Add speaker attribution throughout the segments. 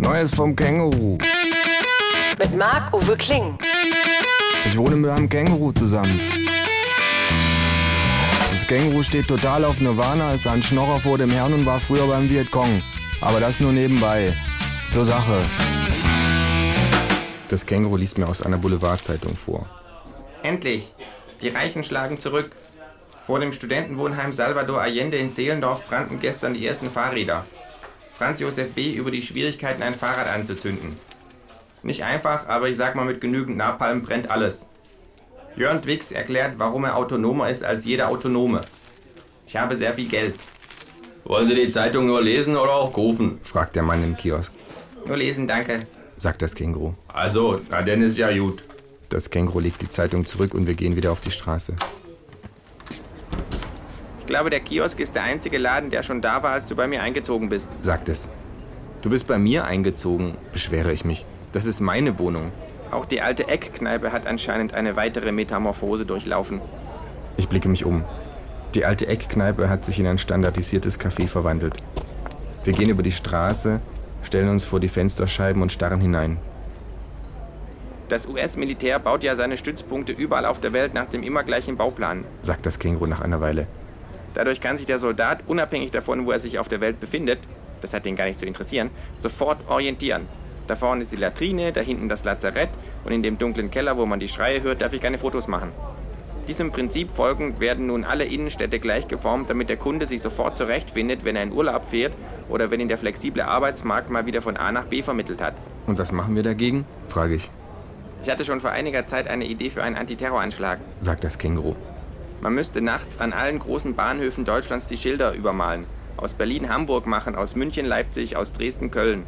Speaker 1: Neues vom Känguru.
Speaker 2: Mit Marc-Uwe Kling.
Speaker 1: Ich wohne mit einem Känguru zusammen. Das Känguru steht total auf Nirvana, ist ein Schnorrer vor dem Herrn und war früher beim Vietcong. Aber das nur nebenbei. Zur Sache. Das Känguru liest mir aus einer Boulevardzeitung vor.
Speaker 3: Endlich! Die Reichen schlagen zurück. Vor dem Studentenwohnheim Salvador Allende in Zehlendorf brannten gestern die ersten Fahrräder. Franz Josef W. über die Schwierigkeiten, ein Fahrrad anzuzünden. Nicht einfach, aber ich sag mal, mit genügend Napalm brennt alles. Jörn Twix erklärt, warum er autonomer ist als jeder Autonome. Ich habe sehr viel Geld.
Speaker 4: Wollen Sie die Zeitung nur lesen oder auch kaufen?
Speaker 1: fragt der Mann im Kiosk.
Speaker 3: Nur lesen, danke,
Speaker 1: sagt das Känguru.
Speaker 4: Also, na denn ist ja gut.
Speaker 1: Das Känguru legt die Zeitung zurück und wir gehen wieder auf die Straße.
Speaker 3: Ich glaube, der Kiosk ist der einzige Laden, der schon da war, als du bei mir eingezogen bist,
Speaker 1: sagt es. Du bist bei mir eingezogen, beschwere ich mich. Das ist meine Wohnung.
Speaker 3: Auch die alte Eckkneipe hat anscheinend eine weitere Metamorphose durchlaufen.
Speaker 1: Ich blicke mich um. Die alte Eckkneipe hat sich in ein standardisiertes Café verwandelt. Wir gehen über die Straße, stellen uns vor die Fensterscheiben und starren hinein.
Speaker 3: Das US-Militär baut ja seine Stützpunkte überall auf der Welt nach dem immer gleichen Bauplan,
Speaker 1: sagt das Känguru nach einer Weile.
Speaker 3: Dadurch kann sich der Soldat, unabhängig davon, wo er sich auf der Welt befindet, das hat den gar nicht zu interessieren, sofort orientieren. Da vorne ist die Latrine, da hinten das Lazarett und in dem dunklen Keller, wo man die Schreie hört, darf ich keine Fotos machen. Diesem Prinzip folgend werden nun alle Innenstädte gleich geformt, damit der Kunde sich sofort zurechtfindet, wenn er in Urlaub fährt oder wenn ihn der flexible Arbeitsmarkt mal wieder von A nach B vermittelt hat.
Speaker 1: Und was machen wir dagegen? frage ich.
Speaker 3: Ich hatte schon vor einiger Zeit eine Idee für einen Antiterroranschlag,
Speaker 1: sagt das Känguru.
Speaker 3: Man müsste nachts an allen großen Bahnhöfen Deutschlands die Schilder übermalen. Aus Berlin Hamburg machen, aus München Leipzig, aus Dresden Köln.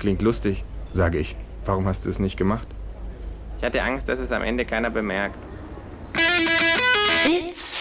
Speaker 1: Klingt lustig, sage ich. Warum hast du es nicht gemacht?
Speaker 3: Ich hatte Angst, dass es am Ende keiner bemerkt.
Speaker 2: It's